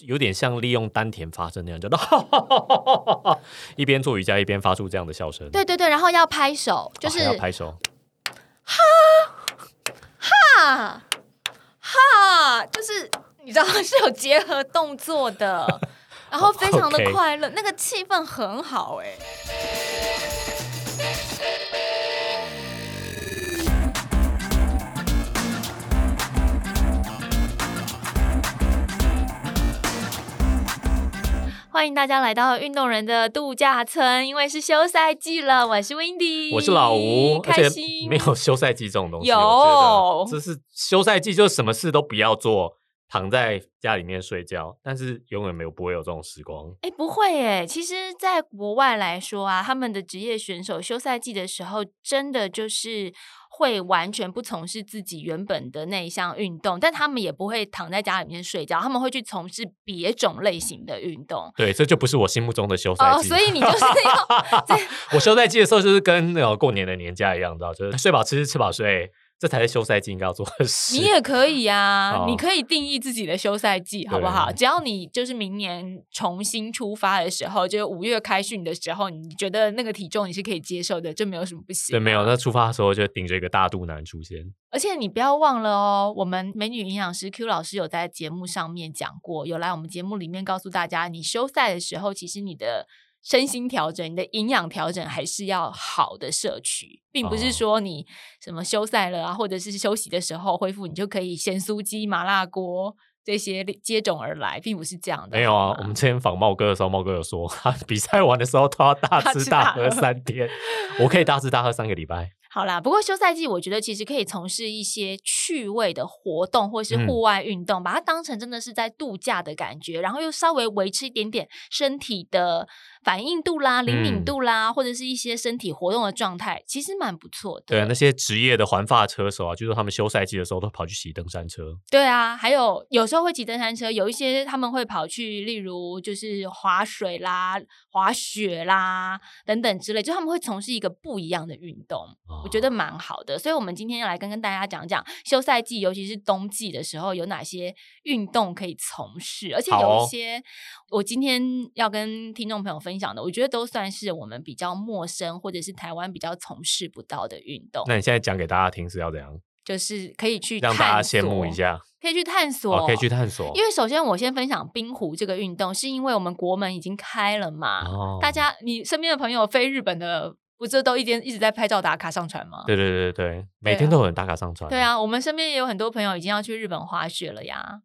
有点像利用丹田发声那样，就 一边做瑜伽一边发出这样的笑声，对对对，然后要拍手，就哦是还要拍手，哈哈，就是你知道是有结合动 作的，然后非常的哦 OK 快乐，那个气氛很好哎、欢迎大家来到运动人的度假村，因为是休赛季了。我是 Windy，我是老吴，而开且心没有休赛季这种东西，有我觉得这是休赛季就什么事都不要做，躺在家里面睡觉，但是永远没有不会有这种时光，哎，不会哎，其实，在国外来说啊，他们的职业选手休赛季的时候，真的就是会完全不从事自己原本的那一项运动，但他们也不会躺在家里面睡觉，他们会去从事别种类型的运动。对，这就不是我心目中的休赛哦，季。所以你哦就是 要我休赛季的时候就是跟那种过年的年假一样，你知道，就是睡饱吃，吃饱睡，这才是休赛季应该要做的事。你也可以啊，你哦可以定义自己的休赛季，好不好？对只要你就是明年重新出发的时候，就是五月开训的时候，你觉得那个体重你是可以接受的，这没有什么不行对，。没有。那出发的时候就顶着一个大肚腩出现，而且你不要忘了哦，我们美女营养师 Q 老师有在节目上面讲过，有来我们节目里面告诉大家，你休赛的时候，其实你的身心调整、你的营养调整还是要好的摄取，并不是哦说你什么休赛了啊，或者是休息的时候恢复，你就可以咸酥鸡、麻辣锅这些接踵而来，并不是这样的。没有啊好。吗我们之前访茂哥的时候，茂哥有说， 他比赛完的时候他要 大大吃吃大大喝喝三天，我 可以大吃大喝三个礼拜。好啦，不过休赛季我觉得其实可以从事一些趣味的活动或是嗯户外运动，把它当成真的是在度假的感觉，然后又稍微维持一点点身体的反应度啦、灵敏嗯度啦，或者是一些身体活动的状态，其实蛮不错的。对啊，那些职业的环发车手啊，就是他们休赛季的时候都跑去骑登山车，对啊，还有有时候会骑登山车，有一些他们会跑去，例如就是滑水啦、滑雪啦等等之类，就他们会从事一个不一样的运动，我觉哦得蛮好的。所以，我们今天要来跟跟大家讲讲休赛季，尤其是冬季的时候，有哪些运动可以从事，而且好有一哦些、我今天要跟听众朋友分享的，我觉得都算是我们比较陌生，或者是台湾比较从事不到的运动，那你现在讲给大家听是要怎样，就是可以去让大家探羡慕索一，下，可以去探索，哦，可以去探索。因为首先我先分享冰壶这个运动，是因为我们国门已经开了嘛，哦大家你身边的朋友飞日本的，不是都一天一直在拍照打卡上传吗？对对对对，每对天啊都有人打卡上传，对，啊，我们身边也有很多朋友已经要去日本滑雪了呀。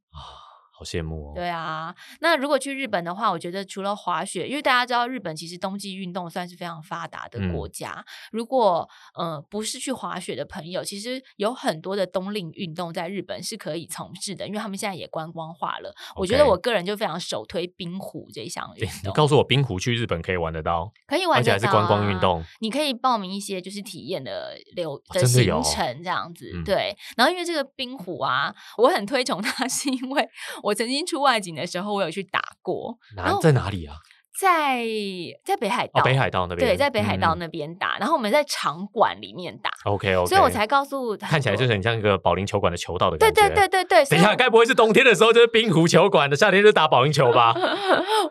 好羡慕哦。对啊，那如果去日本的话，我觉得除了滑雪，因为大家知道日本其实冬季运动算是非常发达的嗯国家。如果呃不是去滑雪的朋友，其实有很多的冬令运动在日本是可以从事的，因为他们现在也观光化了。我觉得 OK 我个人就非常首推冰壶这一项运你动，告诉我，冰壶去日本可以玩得到，可以玩、而且还是观光运。动。你可以报名一些就是体验的流的哦真的行有程这样子，嗯对。然后因为这个冰壶啊，我很推崇它， 是因为我曾经出外景的时候，我有去打过，然哪后在哪里啊？在在北海道，哦，北海道那边。对，在北海道嗯。那边打，然后我们在场馆里面打， OK OK。所以我才告诉很多看起来就是很像一个保龄球馆的球道的对感觉。对对。对 对，所等以一下，该不会是冬天的时候就是冰壶球馆的，夏天就打保龄球 吧？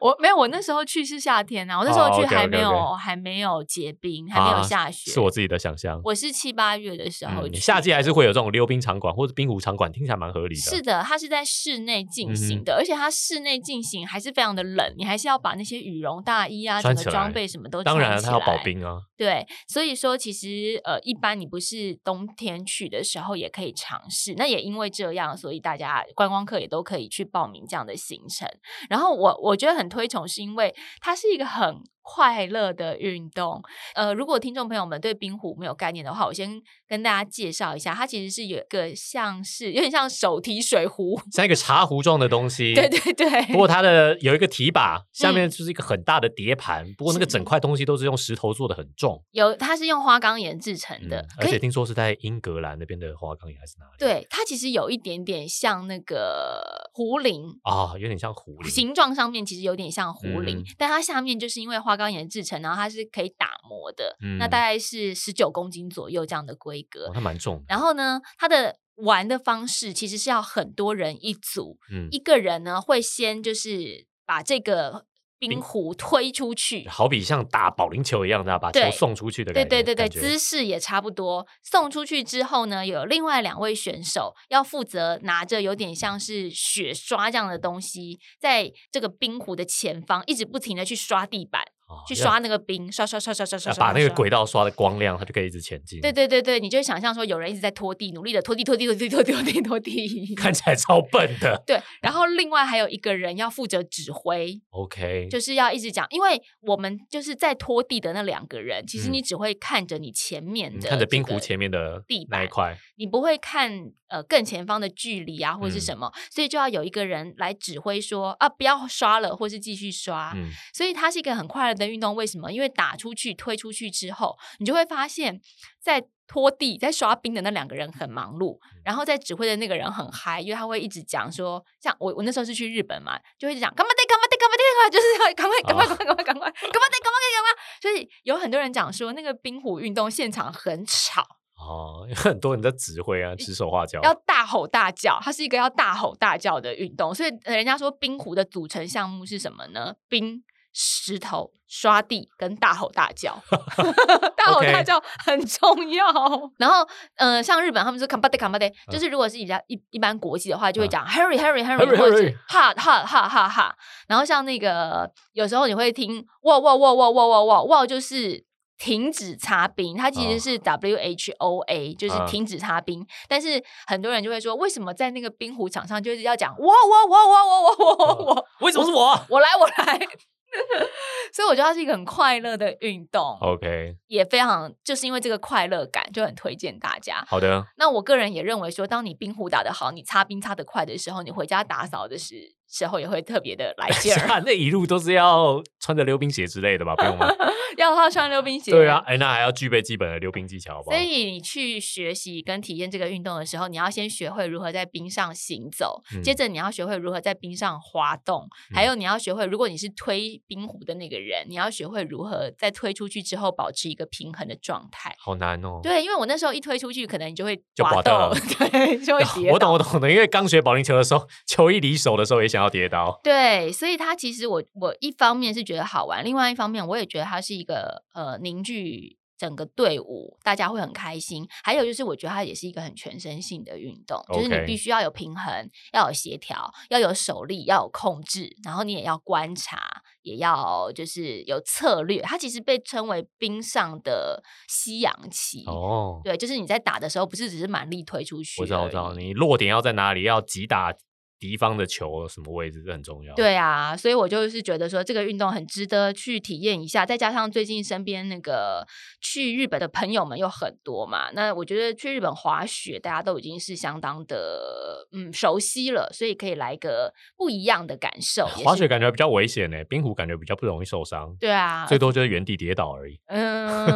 我没有，我那时候去是夏天啊，我那时候哦去 OK，OK，OK 还没有、还没有结冰，还没有啊下雪，是我自己的想象。我是七八月的时候嗯，去，夏季还是会有这种溜冰场馆或者冰壶场馆，听起来蛮合理的。嗯是的，它是在室内进行的，而且它室内进行还是非常的冷，你还是要把那些羽绒大衣啊、整穿个起来装备什么都当然穿了，起它要保来。冰啊。对，所以说其实呃，一般你不是冬天去的时候也可以尝试。那也因为这样，所以大家观光客也都可以去报名这样的行程。然后我我觉得很推崇，是因为它是一个很快乐的运动。呃，如果听众朋友们对冰壶没有概念的话，我先跟大家介绍一下，它其实是有一个像是有点像手提水壶，像一个茶壶状的东西。 对。对对，不过它的有一个提把，下面就是一个很大的碟盘。不过那个是整块东西都是用石头做的，很重。有它是用花岗岩制成的嗯，而可且以。听说是在英格兰那边的花岗岩还是哪里？对，它其实有一点点像那个壶铃，啊、有点像狐狸。形状上面其实有点像壶铃，嗯但它下面就是因为花岗岩制成，然后它是可以打磨的，那嗯大概是十九公斤左右这样的规格。哦，它蛮重的。然后呢，它的玩的方式其实是要很多人一组，嗯，一个人呢会先就是把这个冰壶推出去。好比像打保龄球一样的，把球对送出去的对感觉，对对对，感觉姿势也差不多。送出去之后呢，有另外两位选手要负责拿着有点像是雪刷这样的东西，在这个冰壶的前方一直不停的去刷地板，哦去要刷那个冰，刷刷刷刷刷刷要刷，啊把那个刷轨道刷的光亮，它就可以一直前进。对，对对对，你就会想象说有人一直在拖地，努力的拖地拖地拖地拖地拖地拖地。看起来超笨的。 对，然后另外还有一个人要负责指嗯挥， OK，就是要一直讲，因为我们就是在拖地的那两个人，其实你只会看着你前面嗯的、看着冰壶前，面的地那一板块，你不会看呃更前方的距离啊或是嗯什么，所以就要有一个人来指挥说啊不要刷了，或是继续刷。嗯，所以它是一个很快乐的运动。为什么？因为打出去、推出去之后，你就会发现，在拖地、在刷冰的那两个人很忙碌，然后在指挥的那个人很嗨，因为他会一直讲说，像我我那时候是去日本嘛，就会一直讲干嘛得干嘛得干嘛得，就是要赶快赶快赶快赶快赶快赶快得赶快赶快，所以有很多人讲说，那个冰壶运动现场很吵，哦， 因为很多人在指挥啊，指手画脚。要大吼大叫，它是一个要大吼大叫的运动。所以呃人家说冰壶的组成项目是什么呢？冰。石头、刷地跟大吼大叫，大吼大叫很重要。然后，呃，像日本他们说 “kambate kambate”，就是如果是比较一一般国际的话，就会讲 “hurry hurry Hurry, hurry” 或者是 hurry 哈哈哈哈哈。然后像那个有时候你会听哇哇哇哇哇哇哇哇，就是停止擦冰，它其实是 W H O A，、就是啊停止擦冰。但是很多人就会说，为什么在那个冰壶场上就是要讲哇哇哇哇哇哇哇哇，为什么是 我我来我来？所以我觉得它是一个很快乐的运动， ？OK，也非常就是因为这个快乐感，就很推荐大家。好的，那我个人也认为说，当你冰壶打得好，你擦冰擦得快的时候，你回家打扫的时时候也会特别的来 劲儿。那一路都是啊要穿着溜冰鞋之类的吧？不用吗？ 要他穿溜冰鞋，对啊，。哎，那还要具备基本的溜冰技巧，好不好所？以你去学习跟体验这个运动的时候，你要先学会如何在冰上行走，嗯接着你要学会如何在冰上滑动，还有你要学会，如果你是推冰壶的那个人，你要学会如何在推出去之后保持一个平衡的状态。好难哦。 对，因为我那时候一推出去，可能你就会就滑滑到动了， 对，就 会啊跌倒。我懂，我懂的，因为刚学保龄球的时候，球一离手的时候也想要跌倒。对，所以它其实我我一方面是觉得好玩，另外一方面我也觉得它是一个呃凝聚整个队伍，大家会很开心。还有就是我觉得它也是一个很全身性的运动，就是你 OK 必须要有平衡，要有协调，要有手力，要有控制，然后你也要观察，也要就是有策略。它其实被称为冰上的西洋棋。哦，对，就是你在打的时候，不是只是蛮力推出去而已。我知道，我知道，你落点要在哪里，要击打敌方的球什么位置，这很重要。，哎对啊，所以我就是觉得说这个运动很值得去体验一下，再加上最近身边那个去日本的朋友们又很多嘛，那我觉得去日本滑雪大家都已经是相当的嗯熟悉了，所以可以来一个不一样的感受。也滑是雪感觉比较危险呢，冰壶感觉比较不容易受伤，对啊，最多就是原地跌倒而已， 嗯，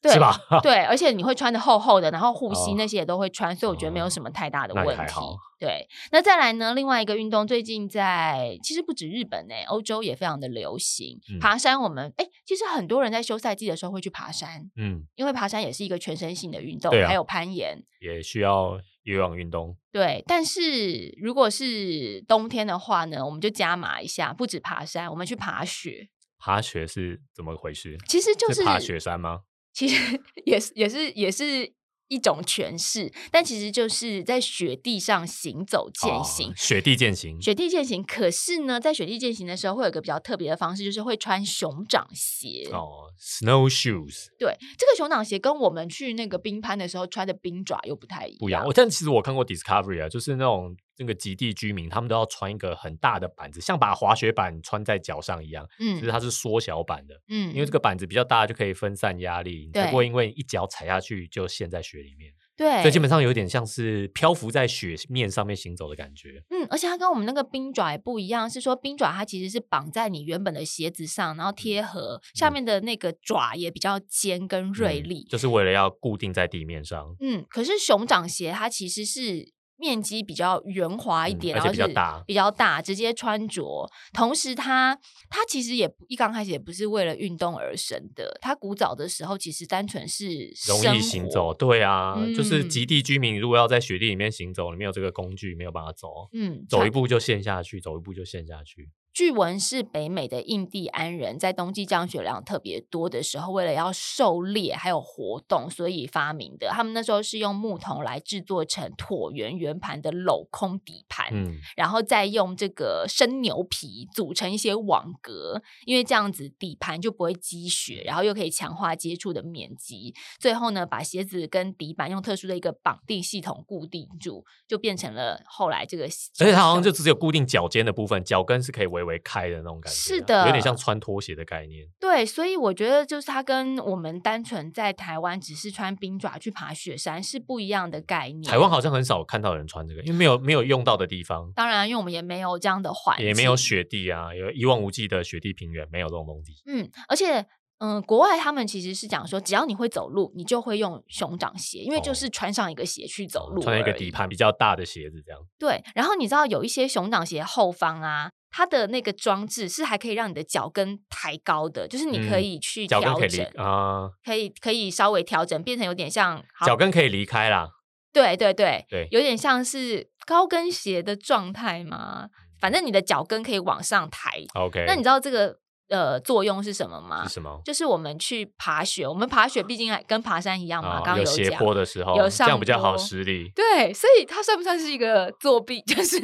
对是吧？对，而且你会穿的厚厚的，然后护膝哦那些也都会穿，所以我觉得没有什么太大的那也问还题好。对，那再来呢？另外一个运动最近在其实不止日本呢、欧洲也非常的流行。嗯爬山，我们哎，其实很多人在休赛季的时候会去爬山， 嗯，因为爬山也是一个全身性的运动，对啊还有攀岩。也需要有氧运动。对，但是如果是冬天的话呢，我们就加码一下，不止爬山，我们去爬雪。爬雪是怎么回事？其实就是爬雪山吗？其实 也是也是也是一种诠释，但其实就是在雪地上行走践哦行。雪地践行。雪地践行，可是呢，在雪地践行的时候，会有一个比较特别的方式，就是会穿熊掌鞋。哦，snow shoes 对，这个熊掌鞋跟我们去那个冰攀的时候穿的冰爪又不太一样。不一样。我但其实我看过 Discovery 啊，就是那种那个极地居民，他们都要穿一个很大的板子，像把滑雪板穿在脚上一样，其实嗯它是缩小版的。嗯，因为这个个板子比较大，就可以分散压力，你才对不会因为一脚踩下去就陷在雪里面。对，所以基本上有点像是漂浮在雪面上面行走的感觉。嗯，而且它跟我们那个冰爪也不一样，是说冰爪它其实是绑在你原本的鞋子上，然后贴合，下嗯面的那个爪也比较尖跟锐嗯利。就是为了要固定在地面上。嗯，可是熊掌鞋它其实是面积比较圆滑一嗯点，而然且后比是较大比较大，直接穿着。同时它，它其实也不一刚开始也不是为了运动而生的，它古早的时候其实单纯是容易生行活走，。对啊，就是嗯极地居民如果要在雪地里面行走，你没有这个工具，没有办法走，嗯，走一步就陷下去，走一步就陷下去。据闻是北美的印第安人在冬季降雪量特别多的时候，为了要狩猎还有活动，所以发明的。他们那时候是用木桶来制作成椭圆圆盘的镂空底盘，嗯，然后再用这个生牛皮组成一些网格，因为这样子底盘就不会积雪，然后又可以强化接触的面积。最后呢，把鞋子跟底板用特殊的一个绑定系统固定住，就变成了后来这个。而且它好像就只有固定脚尖的部分，脚跟是可以微微开的那种感觉啊，是的有点像穿拖鞋的概念。对，所以我觉得就是它跟我们单纯在台湾只是穿冰爪去爬雪山是不一样的概念。台湾好像很少看到人穿这个，因为没有没有用到的地方，当然，因为我们也没有这样的环境，也没有雪地啊，有一望无际的雪地平原，没有这种东西。嗯，而且。嗯，国外他们其实是讲说，只要你会走路，你就会用熊掌鞋，因为就哦是穿上一个鞋去走路、穿一个底。盘比较大的鞋子这样。对，然后你知道有一些熊掌鞋后方啊，它的那个装置是还可以让你的脚跟抬高的，就是你可嗯以去脚调跟可以离整，啊，可以可以稍微调整，变成有点像好脚跟可以离开啦。对对对，对，有点像是高跟鞋的状态嘛。反正你的脚跟可以往上抬。 OK。那你知道这个呃作用是什么吗是？什么？就是我们去爬雪，我们爬雪毕竟还跟爬山一样啊嘛，刚刚有斜讲。坡的时候，有这样比较上好坡施力。对，所以它算不算是一个作弊？ 就是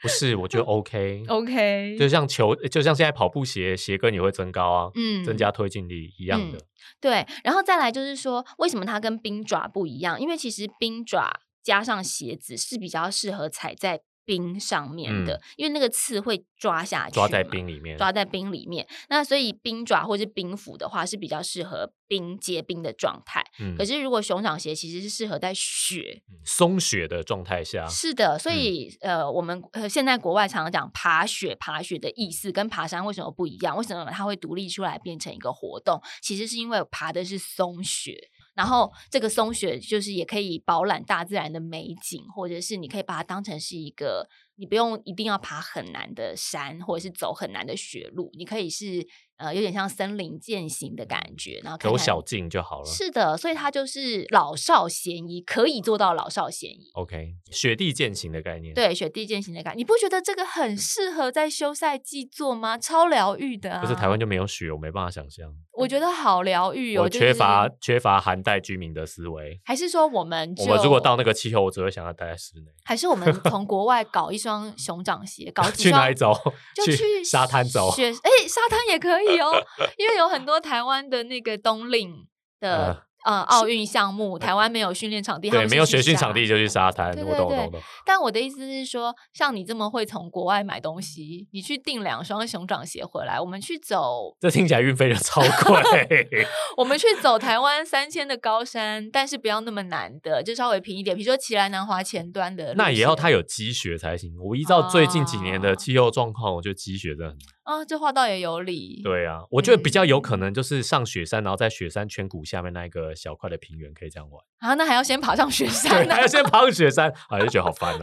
不是，我觉 得 OK。哦 OK，嗯就像球，就像现在跑步鞋鞋跟也会增高啊，嗯增加推进力一样的。对，然后再来就是说，为什么它跟冰爪不一样？因为其实冰爪加上鞋子是比较适合踩在冰上面的，嗯因为那个刺会抓下去，抓在冰里面，啊抓在冰里面。那所以冰爪或是冰斧的话是比较适合冰结冰的状态。嗯可是如果熊掌鞋其实是适合在雪。嗯松雪的状态下，是的，所以、呃，我们呃现在国外常常讲爬雪，爬雪的意思跟爬山为什么不一样？为什么它会独立出来变成一个活动？其实是因为爬的是松雪。然后这个松雪就是也可以饱览大自然的美景，或者是你可以把它当成是一个，你不用一定要爬很难的山，或者是走很难的雪路，你可以是呃有点像森林践行的感觉，然后看走看小径就好了。是的，所以它就是老少咸宜，可以做到老少咸宜。 OK，雪地践行的概念。，对，雪地践行的感觉，你不觉得这个嗯很适合在休赛季做吗？超疗愈的、啊。可是台湾，就没有雪，我没办法想象。我觉得好疗愈哦。我就缺是乏缺乏寒带居民的思维。还是说我们我们如果就到那个气候，我只会想要待在室内。还是 我们从国外搞一双熊掌鞋，搞几去哪里双。走？ 就去沙滩走。雪哎、沙滩也可以哦，因为有很多台湾的那个冬令的呃奥运项目，台湾没有训练场地，他嗯对，们没是有去学训沙场地就去沙滩。对我对懂，我对懂，我懂。但我的意思是说，像你这么会从国外买东西，你去订两双熊掌鞋回来，我们去走，这听起来运费就超 贵。我们去走台湾三千的高山，但是不要那么难的，就稍微平一点，比如说奇兰南华前端的路线，那也要它有积雪才行。我依照最近几年的啊气候状况，我觉得积雪真的很啊，这话倒也有理，，对啊。我觉得比较有可嗯能就是上雪山，然后在雪山圈谷下面那一个小块的平原可以这样 玩。啊，那还要先爬上雪山 对，呢、还要先爬上雪山，啊，就觉得好烦哦。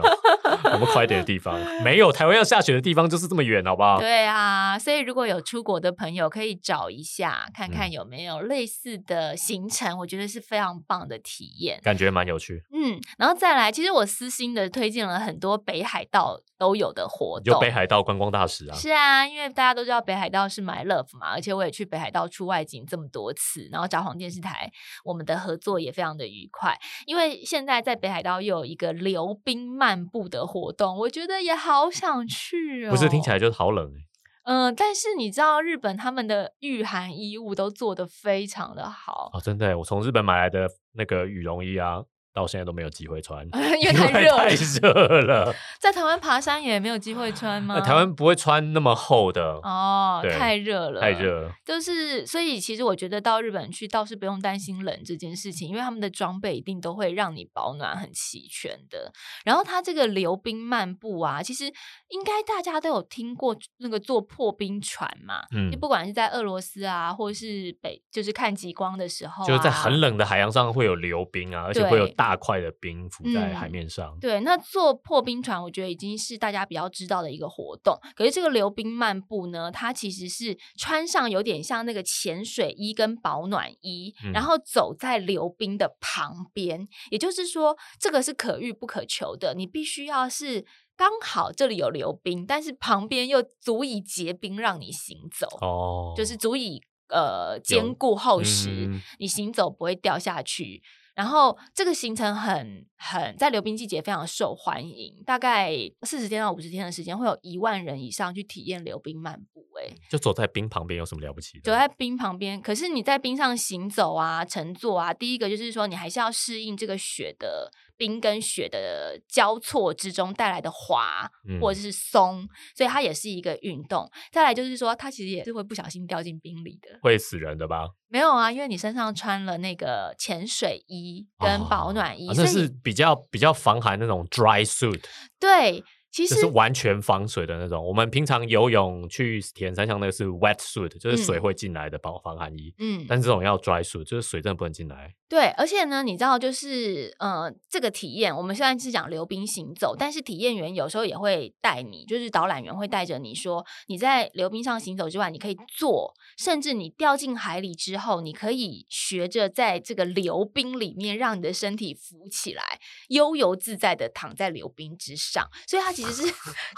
我们快一点的地方没有，台湾要下雪的地方就是这么远，好不 好？对啊，所以如果有出国的朋友，可以找一下，看看嗯有没有类似的行程，我觉得是非常棒的体验。感觉蛮有趣。嗯，然后再来，其实我私心的推荐了很多北海道都有的活你就动。北海道观光大使啊，是啊，因为大家都知道北海道是 my love 嘛，而且我也去北海道出外景这么多次，然后札幌电视台我们的合作也非常的愉快，因为现在在北海道又有一个溜冰漫步的活动，我觉得也好想去哦。不是听起来就是好冷欸嗯、但是你知道日本他们的御寒衣物都做得非常的好，哦，真的欸，我从日本买来的那个羽绒衣啊，到现在都没有机会穿，哦 因为 太热了哦太热了。在台湾爬山也没有机 会穿吗？那呃台湾不会穿那么厚的，嗯哦，对太热了，太热了。就是，所以其实我觉得到日本去倒是不用担心冷这件事情，因为他们的装备一定都会让你保暖很齐全的。然后它这个溜冰漫步啊，其实应该大家都有听过那个坐破冰船嘛，嗯就，不管是在俄罗斯啊，或是北，就是看极光的时候、啊，就是在很冷的海洋上会有溜冰啊，而且会有对大块的冰浮在海嗯面上。对，那做破冰船，我觉得已经是大家比较知道的一个活动。可是这个溜冰漫步呢，它其实是穿上有点像那个潜水衣跟保暖衣，嗯然后走在溜冰的旁边。也就是说，这个是可遇不可求的，你必须要是刚好这里有溜冰，但是旁边又足以结冰让你行走，哦，就是足以呃兼有顾厚实。嗯你行走不会掉下去。然后这个行程很很在溜冰季节非常受欢迎，大概四十天到五十天的时间，会有一万人以上去体验溜冰漫步、欸。就走在冰旁边有什么了不起的？走在冰旁边，可是你在冰上行走啊、乘坐啊，第一个就是说你还是要适应这个雪的冰跟雪的交错之中带来的滑嗯或者是松，所以它也是一个运动。再来就是说，它其实也是会不小心掉进冰里的。会死人的吧？没有啊，因为你身上穿了那个潜水衣跟保暖衣，哦啊所那以是比较比较防寒那种 dry suit，对，其就实是完全防水的那种。我们平常游泳去田三项那个是 wet suit，就是水嗯会进来的保防寒衣，嗯，但是这种要 dry suit，就是水真的不能进来。对，而且呢，你知道，就是呃，这个体验，我们虽然是讲溜冰行走，但是体验员有时候也会带你，就是导览员会带着你说，你在溜冰上行走之外，你可以坐，甚至你掉进海里之后，你可以学着在这个溜冰里面，让你的身体浮起来，悠游自在的躺在溜冰之上。所以它其 实是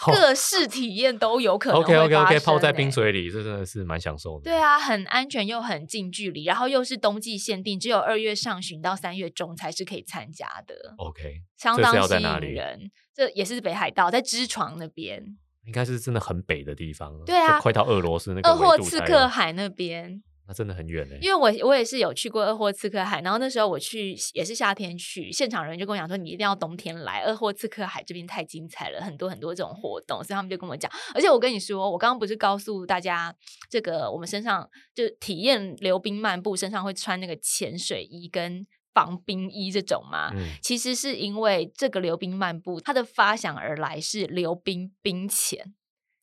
各式体验都有可能 OK 会发生、 OK OK，泡在欸冰水里，这真的是蛮享受的。对，啊，很安全又很近距离，然后又是冬季限定，只有二月上旬到三月中才是可以参加的， OK，相这是当要吸在哪引里人。这也是北海道，在支床那边，应该是真的很北的地方了，对啊就快到俄罗斯那个鄂霍纬度次才克有海那边。那真的很远嘞。欸因为我我也是有去过鄂霍次克海，然后那时候我去也是夏天去，现场人就跟我讲说你一定要冬天来，鄂霍次克海这边太精彩了，很多很多这种活动，所以他们就跟我讲。而且我跟你说，我刚刚不是告诉大家，这个我们身上就体验溜冰漫步，身上会穿那个潜水衣跟防冰衣这种吗？嗯，其实是因为这个溜冰漫步，它的发想而来是溜冰冰潜。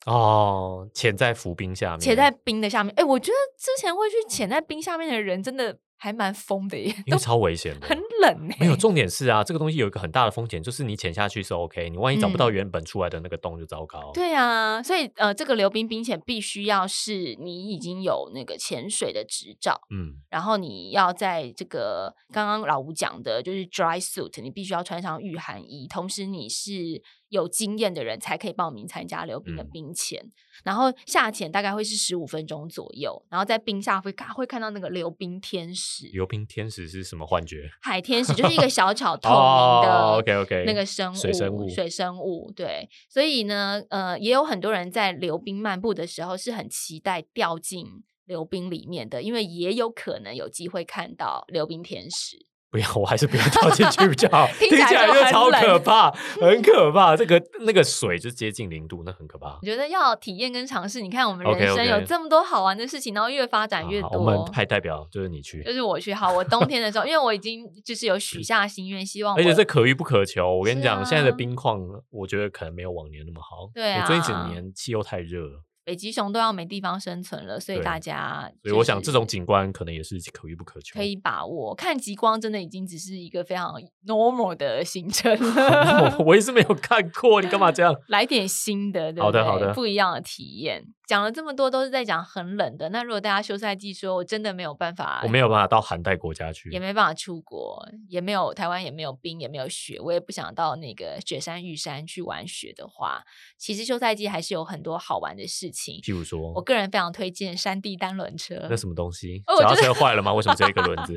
哦，潜在浮冰下面，潜在冰的下面。哎、我觉得之前会去潜在冰下面的人，真的还蛮疯的耶，因都为超危险的，很冷欸呢、没有，重点是啊，这个东西有一个很大的风险，就是你潜下去是 OK，你万一找不到原本出来的那个洞就糟糕。，嗯对啊，所以呃，这个溜冰冰潜必须要是你已经有那个潜水的执照，嗯，然后你要在这个刚刚老吴讲的，就是 dry suit，你必须要穿上御寒衣，同时你是有经验的人才可以报名参加溜冰的嗯冰潜。然后下潜大概会是十五分钟左右，然后在冰下会啊看会看到那个溜冰天使，溜冰天使是什么幻觉？海天使就是一 个小巧透明的、哦，OK，OK 那个生物水生物水生物对，所以呢，呃，也有很多人在溜冰漫步的时候是很期待掉进溜冰里面的，因为也有可能有机会看到溜冰天使。不要，我还是不要跳进去比较好。 听起来起来就就很超冷可怕，很可怕。这个那个水就接近零度，那很可怕我。觉得要体验跟尝试，你看我们 OK，OK 人生有这么多好玩的事情，然后越发展越啊好多。我们派代表就是你去就，是我去好，我冬天的时候，因为我已经就是有许下心愿，希望嗯而且我这可遇不可求。我跟你是讲，现在的啊冰况，我觉得可能没有往年那么好。对我最近啊几年气候太热了，北极熊都要没地方生存了，所以对大家、所以我想这种景观可能也是可遇不可求。可以把握。看极光真的已经只是一个非常 normal 的 行程我了， 我也是没有看过，你干嘛这样？来点新的，对不好的对好的不一样的体验。讲了这么多，都是在讲很冷的。那如果大家休赛季说，我真的没有办法，我没有办法到寒带国家去，哎也没办法出国，也没有台湾，也没有冰，也没有雪，我也不想到那个雪山玉山去玩雪的话，其实休赛季还是有很多好玩的事情。譬如说我个人非常推荐山地单轮车，那什么东西哦，我脚踏觉车坏了吗？为什么只有一个轮 子？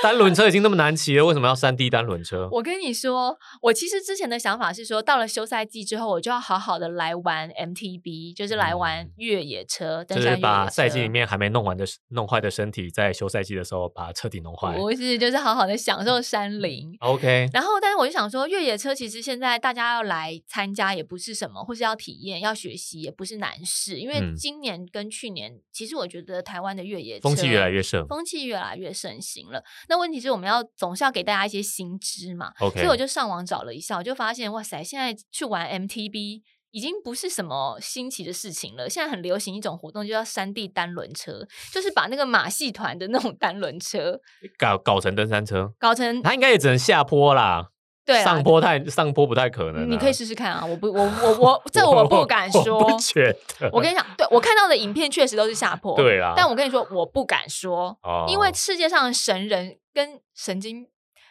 单轮车已经那么难骑了，为什么要山地单轮车？我跟你说，我其实之前的想法是说，到了休赛季之后，我就要好好的来玩 MTB，就是来玩嗯越野车，登就山是越把野赛季车里面还没弄完的、弄坏的身体，在休赛季的时候把它彻底弄坏。不是，就是好好的享受嗯山林。 OK，然后，但是我就想说，越野车其实现在大家要来参加也不是什么，或是要体验、要学习也不是难事，因为嗯今年跟去年，其实我觉得台湾的越野车风气越来越盛。风气越来越盛行了。那问题是，我们要总是要给大家一些新知嘛， OK，所以我就上网找了一下，我就发现哇塞，现在去玩 MTB。已经不是什么新奇的事情了。现在很流行一种活动，就叫山地单轮车，就是把那个马戏团的那种单轮车搞搞成登山车，搞成它应该也只能下坡啦，对啊啊上坡太上坡不太可能啊、你可以试试看啊！我不， 我我我，这我不敢说。我不觉得。我跟你讲，对我看到的影片确实都是下坡，对啦但我跟你说，我不敢说，哦因为世界上的神人跟神经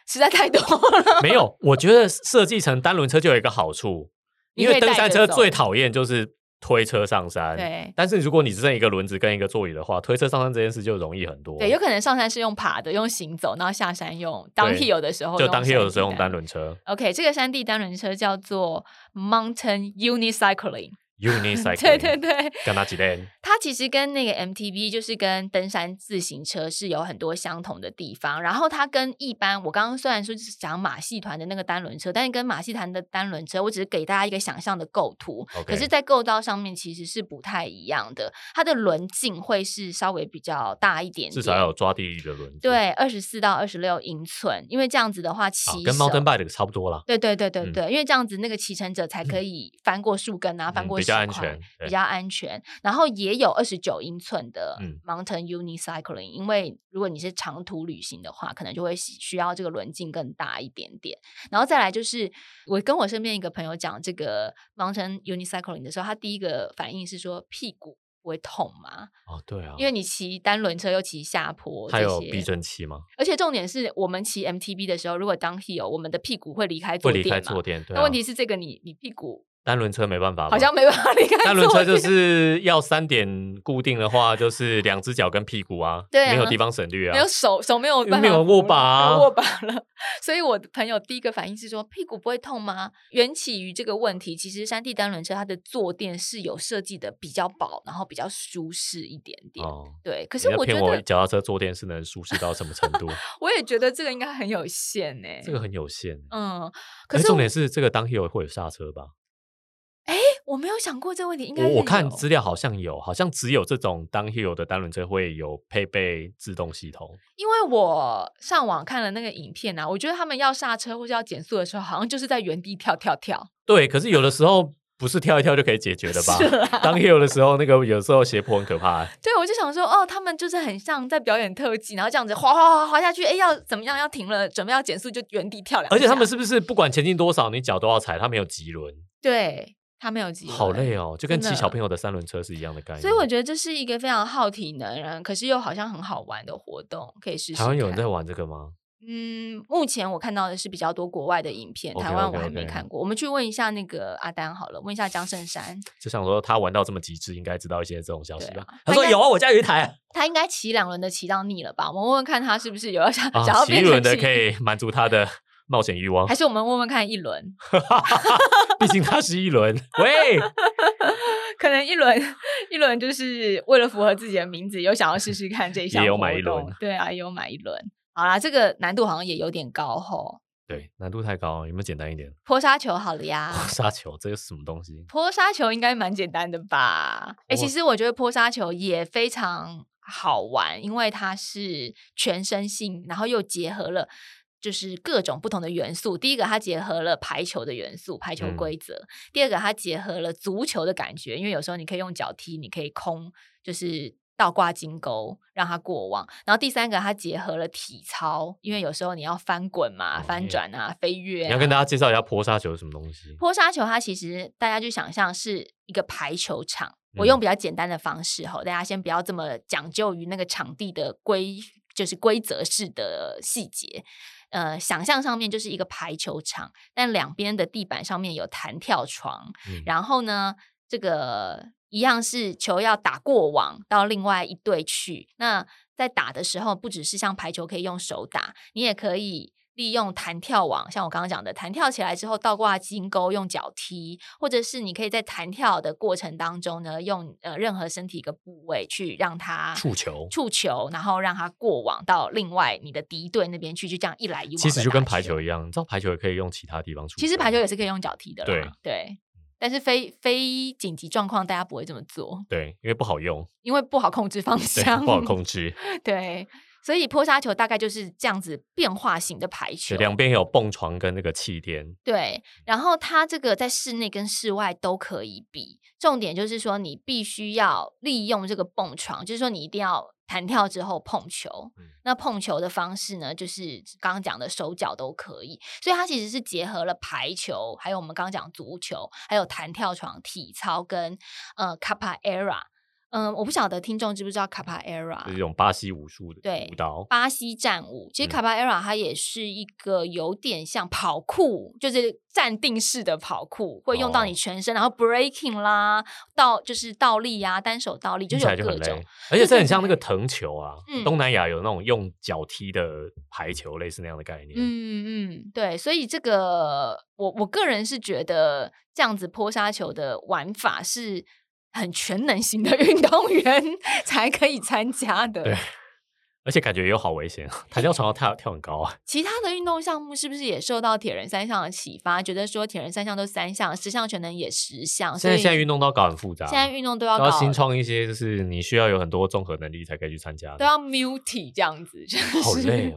实在太多了。没有，我觉得设计成单轮车就有一个好处，你因可为以登山带车着走最讨厌就是推车上山。对但是如果你只剩一个轮子跟一个座椅的话，推车上山这件事就容易很多。对，有可能上山是用爬的，用行走，然后下山用当对 hill 的时候，就当 hill 的时候用单轮。轮 车 OK，这个山地单轮车叫做 Mountain Unicycling。 ，unicycle， 对对，对，跟他几 天它其实跟那个 MTB 就是跟登山自行车是有很多相同的地方，然后它跟一般我刚刚虽然说就是讲马戏团的那个单轮车，但是跟马戏团的单轮车，我只是给大家一个想象的构图 OK 可是，在构造上面其实是不太一样的，它的轮径会是稍微比较大一点点，至少要有抓地力的轮子。哦，对二十四到二十六英寸，因为这样子的话，骑跟手 mountain bike 的差不多啦，对对对对嗯对，因为这样子那个骑乘者才可以翻过树根啊，翻嗯过比较石安块全对比较安全。然后也有二十九英寸的嗯 Mountain Unicycling，、因为如果你是长途旅行的话，可能就会需需要这个轮径更大一点点。然后再来就是，我跟我身边一个朋友讲这个 Mountain Unicycling 的时候，他第一个反应是说屁股。不会痛吗？哦，对啊，因为你骑单轮车又骑下坡，它这有些避震器吗？而且重点是我们骑 MTB 的时候，如果当 hill，我们的屁股会离开坐会垫离开嘛坐垫，对那啊问，题是这个你你屁股单轮车没办法吗，好像没办法离开单轮坐车就垫是要三点固定的话，就是两只脚跟屁股啊， 对啊没有地方省略啊，没有手手没有办法没有扶握把啊没有握把了。所以我的朋友第一个反应是说屁股不会痛吗？缘起于这个问题，其实山地单轮车它的坐垫是有设计的比较薄，然后比较舒适一点点。哦。对，可可是我觉骗我得，脚踏车坐垫是能舒适到什么程 度？我也觉得这个应该很有限呢、这个很有限。欸嗯，可可是是重我点是这个当 hill 会有刹车吧？我没有想过这个问题，应该我是我看有资料好像有，好像只有这种当 hill 的单轮车会有配备自动系统。因为我上网看了那个影片啊，我觉得他们要刹车或是要减速的时候，好像就是在原地跳跳跳。对，可是有的时候不是跳一跳就可以解决的吧？是啊啦当 hill 的时候，那个有时候斜坡很可怕、欸。 对，我就想说，哦，他们就是很像在表演特技，然后这样子滑滑滑滑下去，哎，要怎么样？要停了，准备要减速就原地跳两下。而且他们是不是不管前进多少，你脚都要踩？它没有棘轮，对他没有急，好累。哦，哎就跟真骑的小朋友的三轮车是一样的概念。所以我觉得这是一个非常耗体能，然后可是又好像很好玩的活动，可以试试看。台湾有人在玩这个吗？嗯，目前我看到的是比较多国外的影片，台湾我还没 OK，OK，OK 看过。我们去问一下那个阿丹好了，问一下江胜山。就想说他玩到这么极致，应该知道一些这种消息吧？对啊他说他应该有啊，我家有一台啊。他应该骑两轮的骑到腻了吧？我们问问看他是不是有要想、想啊，要骑变轮成的骑可，以满足他的冒险欲望还，是我们问问看一轮？ 毕竟他是一轮。喂，可能一轮一轮就是为了符合自己的名字，有想要试试看 这一项也有活买一动轮，对啊，也有买一轮。好啦，这个难度好像也有点高吼。对，难度太高，有没有简单一点？泼沙球好了呀，杀球，这是什么东西？泼沙球应该蛮简单的吧？哎、其我实我觉得泼沙球也非常好玩，因为它是全身性，然后又结合了。就是各种不同的元素。第一个，它结合了排球的元素，排球嗯规则；第二个，它结合了足球的感觉，因为有时候你可以用脚踢，你可以空，就是倒挂金钩让它过网。然后第三个，它结合了体操，因为有时候你要翻滚嘛、哦翻耶转啊、飞跃、啊。你要跟大家介绍一下坡沙球是什么东西？坡沙球它其实大家去想象是一个排球场，我嗯用比较简单的方式吼，大家先不要这么讲究于那个场地的规，就是规则式的细节。呃，想象上面就是一个排球场，但两边的地板上面有弹跳床，嗯然后呢，这个一样是球要打过网到另外一队去。那在打的时候，不只是像排球可以用手打，你也可以利用弹跳网，像我刚刚讲的，弹跳起来之后倒挂金钩用脚踢，或者是你可以在弹跳的过程当中呢，用呃任何身体一个部位去让它触球，触球，然后让它过网到另外你的敌队那边去，就这样一来一往。其实就跟排球一样，你知道排球也可以用其他地方触。其实排球也是可以用脚踢的啦，对但是非非紧急状况，大家不会这么做，对，因为不好用，因为不好控制方对，向，不好控制。 对所以坡沙球大概就是这样子变化型的排球对，，两边有蹦床跟那个气垫，对，然后它这个在室内跟室外都可以比，重点就是说你必须要利用这个蹦床，就是说你一定要弹跳之后碰球。嗯那碰球的方式呢，就是刚刚讲的手脚都可以，所以它其实是结合了排球，还有我们刚刚讲足球，还有弹跳床、体操跟呃 c a p a era。嗯，我不晓得听众知不知道 c a p a era。就是一种巴西武术的啊对舞蹈，巴西战舞，其嗯实卡巴埃拉它也是一个有点像跑酷，就是站定式的跑酷，会用到你哦全身，然后 breaking 啦，倒就是倒立啊，单手倒立，听是起来有就各很种累。，而对且这对很 像那个对藤球啊，嗯东南亚有那种用脚踢的排球，类似那样的概念。嗯嗯，对，所以这个我我个人是觉得这样子泼沙球的玩法是很全能型的运动员 才可以参加的。对而且感觉也有好危险，啊弹跳床要跳跳很高啊，其他的运动项目是不是也受到铁人三项的启发？觉得说铁人三项都三项，十项全能也十项。现在哦所以现在运动都要搞很复杂，现在运动都都要要搞新创一些，就是你需要有很多综合能力才可以去参加的，都要 multi 这样子，就是好累哦，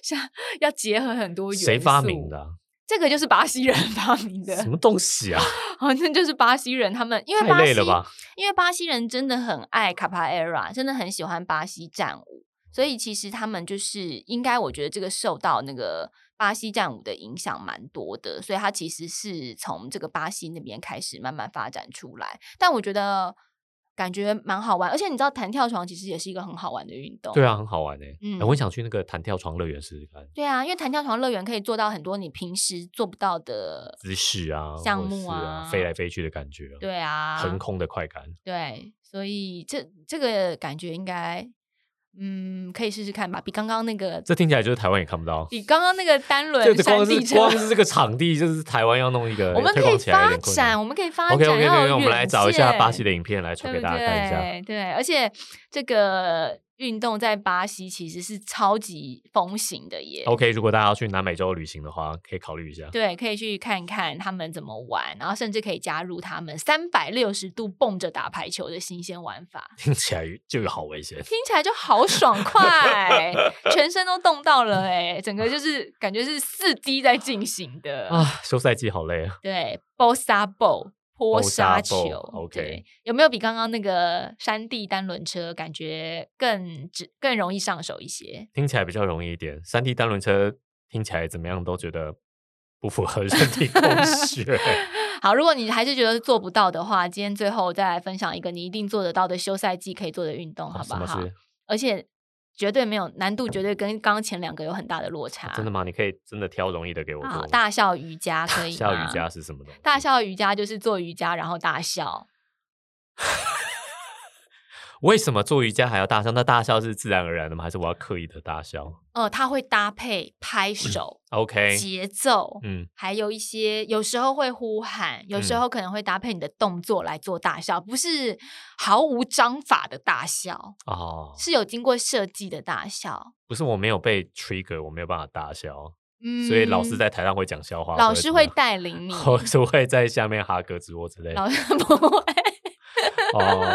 像要结合很多元素。谁发明的？啊？这个就是巴西人 发明什的，么东西啊？好像就是巴西人他们，因为太巴西累了吧？因为巴西人真的很爱卡帕 era，真的很喜欢巴西战舞，所以其实他们就是应该，我觉得这个受到那个巴西战舞的影响蛮多的，所以它其实是从这个巴西那边开始慢慢发展出来。但我觉得感觉蛮好玩，而且你知道弹跳床其实也是一个很好玩的运动。对啊，很好玩哎、欸哦嗯我很想去那个弹跳床乐园试试看，对啊，因为弹跳床乐园可以做到很多你平时做不到的姿势啊，项或者目是啊飞来飞去的感觉、啊，对啊，腾空的快感。对，所以这这个感觉应该，嗯，可以试试看吧，比刚刚那个，这听起来就是台湾也看不到，比刚刚那个单就轮是山光地是车， 光是这个场地，就是台湾要弄一个，我们推可以广起来有发点困难展，我们可以发展 OK OK 要 OK，有我们来找一下远巴西见的影片来传对给不大家看一下。对对，而且这个运动在巴西其实是超级风行的耶。 OK，如果大家要去南美洲旅行的话，可以考虑一下。对，可以去看看他们怎么玩，然后甚至可以加入他们三百六十度蹦着打排球的新鲜玩法。听起来就有好危 险。听起来就好爽快，全身都动到了哎、整个就是感觉是四 D 在进行的。啊，休赛季好累啊！对，bossa ball 泼沙 Bossa ball，球 OK 对有没有比刚刚那个山地单轮车感觉更直、更容易上手一些？听起来比较容易一点。山地单轮车听起来怎么样都觉得不符合人 体工学。好，如果你还是觉得做不到的话，今天最后再来分享一个你一定做得到的休赛季可以做的运动，好不哦啊什么好？事？而且绝对没有难度，绝对跟刚刚前两个有很大的落差。啊真的吗？你可以真的挑容易的给我做好，吗。啊大笑瑜伽可以笑吗瑜伽是什么东西？大笑瑜伽就是做瑜伽然后大笑，为什么做瑜伽还要大笑？那大笑是自然而然的吗？还是我要刻意的大笑呃，它会搭配拍手、 ？OK，节奏，哎嗯，还有一些有时候会呼喊，有时嗯候可能会搭配你的动作来做大笑，不是毫无章法的大笑，哦，是有经过设计的大笑。不是我没有被 trigger，我没有办法大笑，嗯所以老师在台上会讲笑话，老师会带，带领 你，或是会在下面哈胳肢窝之类的。老师 不会，哦，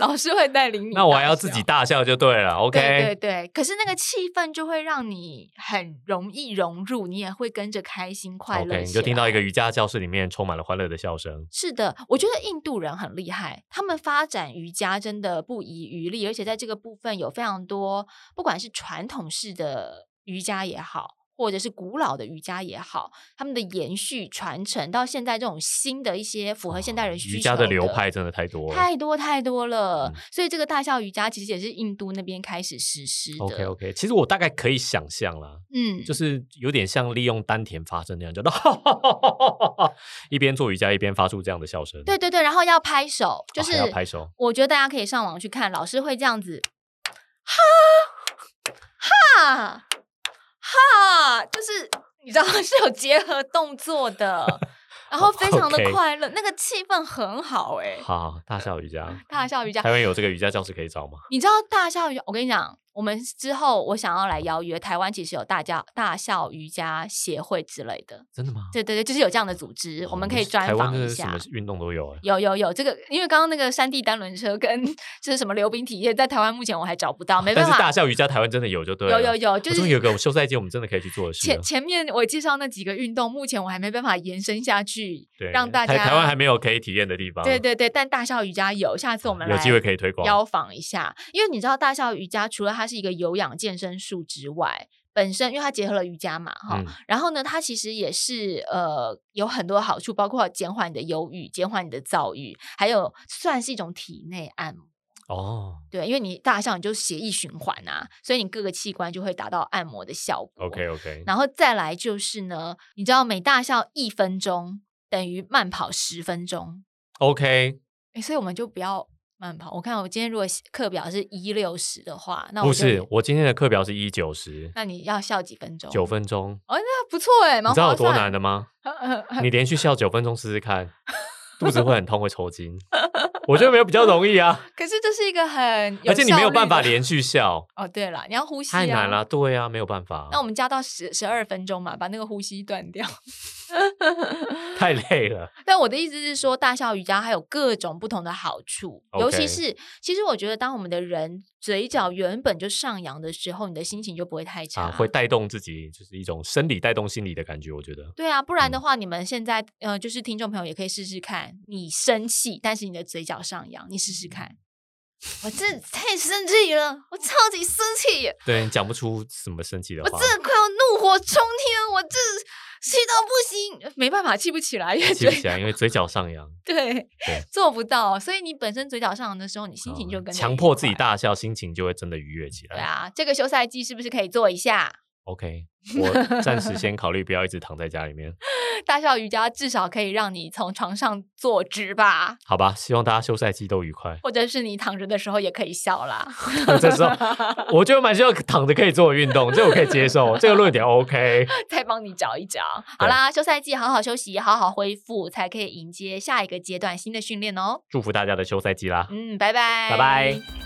老师会带领你。那我还要自己。大笑就对了。OK，对对对，可是那个气氛就会让你很容易融入，你也会跟着开心快乐 OK，你起就听到一来个瑜伽教室里面充满了欢乐的笑声。是的，我觉得印度人很厉害，他们发展瑜伽真的不遗余力，而且在这个部分有非常多，不管是传统式的瑜伽也好，或者是古老的瑜伽也好，他们的延续传承到现在这种新的一些符合现代人需哦求瑜伽的流派。真的太多了。太多太多了，嗯所以这个大笑瑜伽其实也是印度那边开始实施的。 OK OK，其实我大概可以想象啦，嗯，就是有点像利用丹田发声那样，就一边做瑜伽一边发出这样的笑声。对哦，对对，然后要拍手，就是、还要拍手。我觉得大家可以上网去看，老师会这样子，哈 哈哈，就是你知道是有结合动作的，然后非常的 OK 快乐，那个气氛很好哎、好，大笑瑜伽，大笑瑜伽台，湾有这个瑜伽教室可以找吗？你知道大笑瑜伽？我跟你讲，我们之后我想要来邀约台湾，其实有大家大笑瑜伽协会之类的，真的吗？对对对，就是有这样的组织，哦我们可以是台专湾访真一的是什下么。运动都有哎。有有有，这个因为刚刚那个山地单轮车跟 就是什么溜冰体验，在台湾目前我还找不到，没但是办法大。笑瑜伽台湾真的有就对啊有了。有有，就我终于有啊是一个休赛季我们真的可以去做的事了前。前面我介绍那几个运动，目前我还没办法延伸下去对，，让大台家台湾还没有可以体验的地方。对对对，但大笑瑜伽有，下次我们啊有来机会可以推广。邀访一下，因为你知道大笑瑜伽除了它是一个有氧健身术之外，本身因为它结合了瑜伽嘛，哈、嗯，然后呢，它其实也是呃有很多好处，包括减缓你的忧郁、减缓你的躁郁，还有算是一种体内按摩。哦对，因为你大笑，你就血液循环啊，所以你各个器官就会达到按摩的效果。 ，OK OK，然后再来就是呢，你知道每大笑一分钟等于慢跑十分钟， OK，诶所以我们就不要慢跑。我看我今天如果写课表是一六十的话，那我不，，就是我今天的课表是一九十那你要笑几分钟？九分钟，哦，那不错哎，你蛮知道有划多难算。的 啊吗？你连续笑九分钟试试看，肚子会很痛，会抽 筋。我觉得没有比较容易啊，可是这是一个很，而且你没有办法连。连续 笑，哦，对了，你要呼吸、啊，太难了。。对啊，没有办法那，我们加到十十二分钟嘛，把那个呼吸断掉。太累 了。但我的意思是说，大笑瑜伽还有各种不同的好处尤其 OK 是其实我觉得，当我们的人嘴角原本就上扬的时候，你的心情就不会太差。啊，会带动自己，就是一种生理带动心理的感觉。我觉得对啊，不然的嗯话，你们现在呃，就是听众朋友也可以试试看，你生气，但是你的嘴角上扬，你嗯试试看。我真的太生气了，我超级生气耶，对你讲不出什么生气的我话真，的快要怒火冲天，我真的气到不行，没办法，气不起来，因为气不嘴起来，因为嘴角上扬，对对做不到，所以你本身嘴角上扬的时候，你心情就嗯跟着强愉迫自己快。大笑，心情就会真的愉悦起对来。啊，这个休赛季是不是可以做一下？ OK，我暂时先考虑不要一直躺在家里面，大笑瑜伽至少可以让你从床上坐直吧，好吧？希望大家休赛季都愉快。 或者是你躺着的时候也可以笑啦。 这时候我觉得蛮需要躺着可以做的运动，这我可以接受，这个论点 OK。再帮你找一找。好啦，休赛季好好休息，好好恢复，才可以迎接下一个阶段新的训练哦。祝福大家的休赛季啦！嗯，拜拜，拜拜。